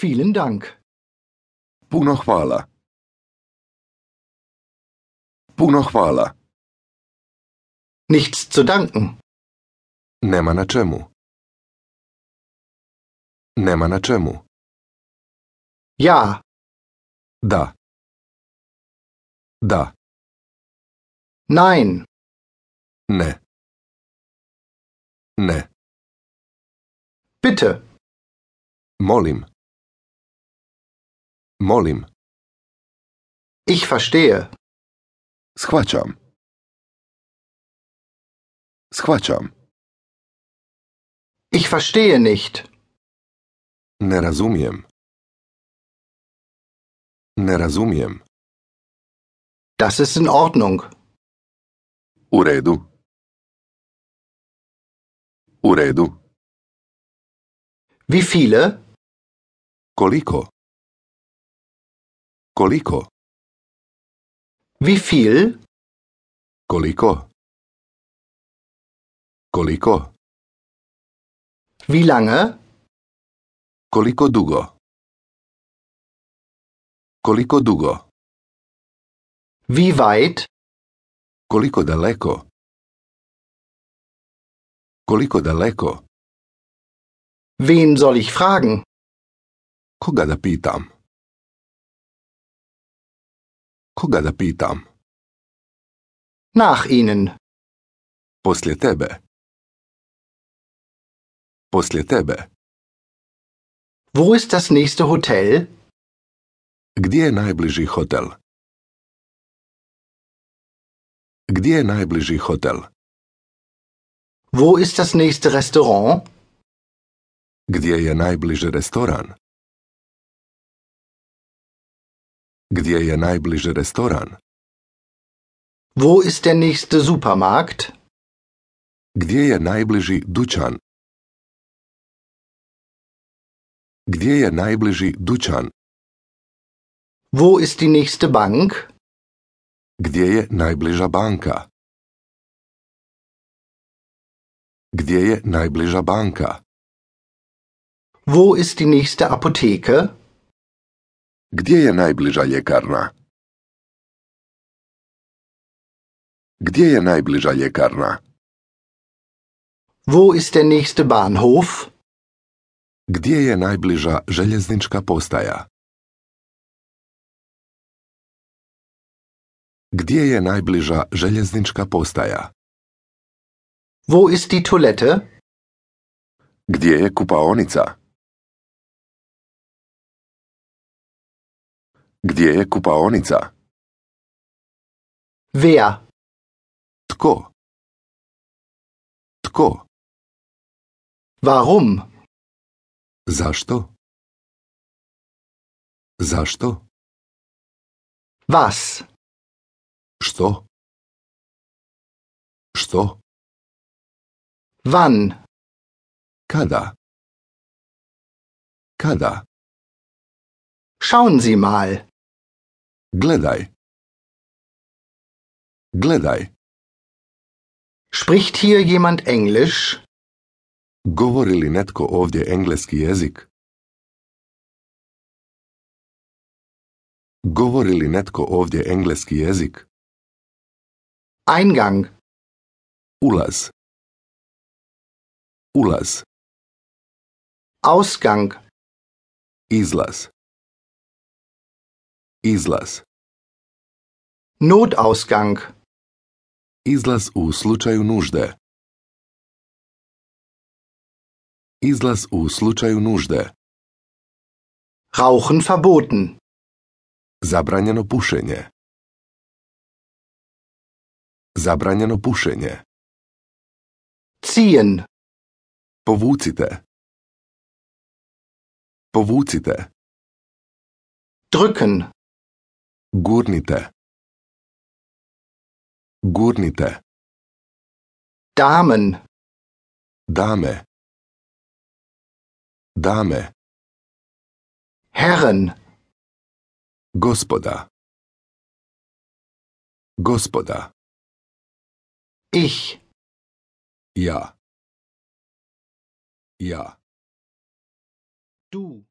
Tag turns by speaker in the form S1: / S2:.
S1: Vielen Dank.
S2: Puno hvala. Puno hvala.
S1: Nichts zu danken.
S2: Nema na čemu. Nema na čemu.
S1: Ja,
S2: Da. Da.
S1: nein,
S2: Ne. Ne.
S1: bitte,
S2: Molim. Molim.
S1: ich verstehe.
S2: Shvaćam. Shvaćam.
S1: Ich verstehe nicht.
S2: Ne razumijem. Ne razumijem.
S1: Das ist in Ordnung.
S2: U redu. U redu.
S1: Wie viele?
S2: Koliko? Koliko?
S1: Wie viel?
S2: Koliko? Koliko?
S1: Wie lange?
S2: Koliko dugo? Koliko dugo?
S1: Wie weit?
S2: Koliko daleko? Koliko daleko?
S1: Wen soll ich fragen?
S2: Koga da pitam? Koga da pitam?
S1: Nach Ihnen.
S2: Poslije tebe. Poslije tebe.
S1: Wo ist das nächste Hotel?
S2: Gdje je najbliži hotel? Gdje je najbliži hotel?
S1: Wo ist das nächste Restaurant?
S2: Gdje je najbliži restoran? Gdje je najbliži restoran?
S1: Wo ist der nächste Supermarkt?
S2: Gdje je najbliži dućan? Gdje je najbliži dućan?
S1: Wo ist die nächste Bank?
S2: Gdje je najbliža banka? Gdje je najbliža banka?
S1: Wo ist die nächste Apotheke?
S2: Gdje je najbliža ljekarna? Gdje je najbliža ljekarna?
S1: Wo ist der nächste Bahnhof?
S2: Gdje je najbliža željeznička postaja? Gdje je najbliža željeznička postaja?
S1: Wo ist die Toilette?
S2: Gdje je kupaonica? Gdje je kupaonica?
S1: Wer?
S2: Tko? Tko?
S1: Warum?
S2: Zašto? Zašto?
S1: Was?
S2: Što? Što?
S1: Wann?
S2: Kada? Kada?
S1: Schauen Sie mal.
S2: Gledaj. Gledaj.
S1: Spricht hier jemand Englisch?
S2: Govori li netko ovdje engleski jezik? Govori li netko ovdje engleski jezik?
S1: Eingang.
S2: Ulaz. Ulaz.
S1: Ausgang.
S2: Izlaz. Izlaz.
S1: Notausgang.
S2: Izlaz u slučaju nužde. Izlaz u slučaju nužde.
S1: Rauchen verboten.
S2: Zabranjeno pušenje. Zabranjeno pušenje.
S1: Ziehen.
S2: Povucite. Povucite.
S1: Drücken.
S2: Gurnite. Gurnite.
S1: Damen.
S2: Dame. Dame.
S1: Herren.
S2: Gospoda. Gospoda.
S1: Ich.
S2: Ja. Ja.
S1: Du.